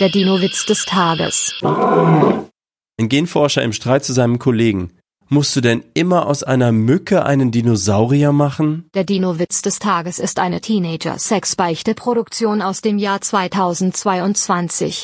Der Dino-Witz des Tages. Ein Genforscher im Streit zu seinem Kollegen. Musst du denn immer aus einer Mücke einen Dinosaurier machen? Der Dino-Witz des Tages ist eine Teenager-Sex-Beichte-Produktion aus dem Jahr 2022.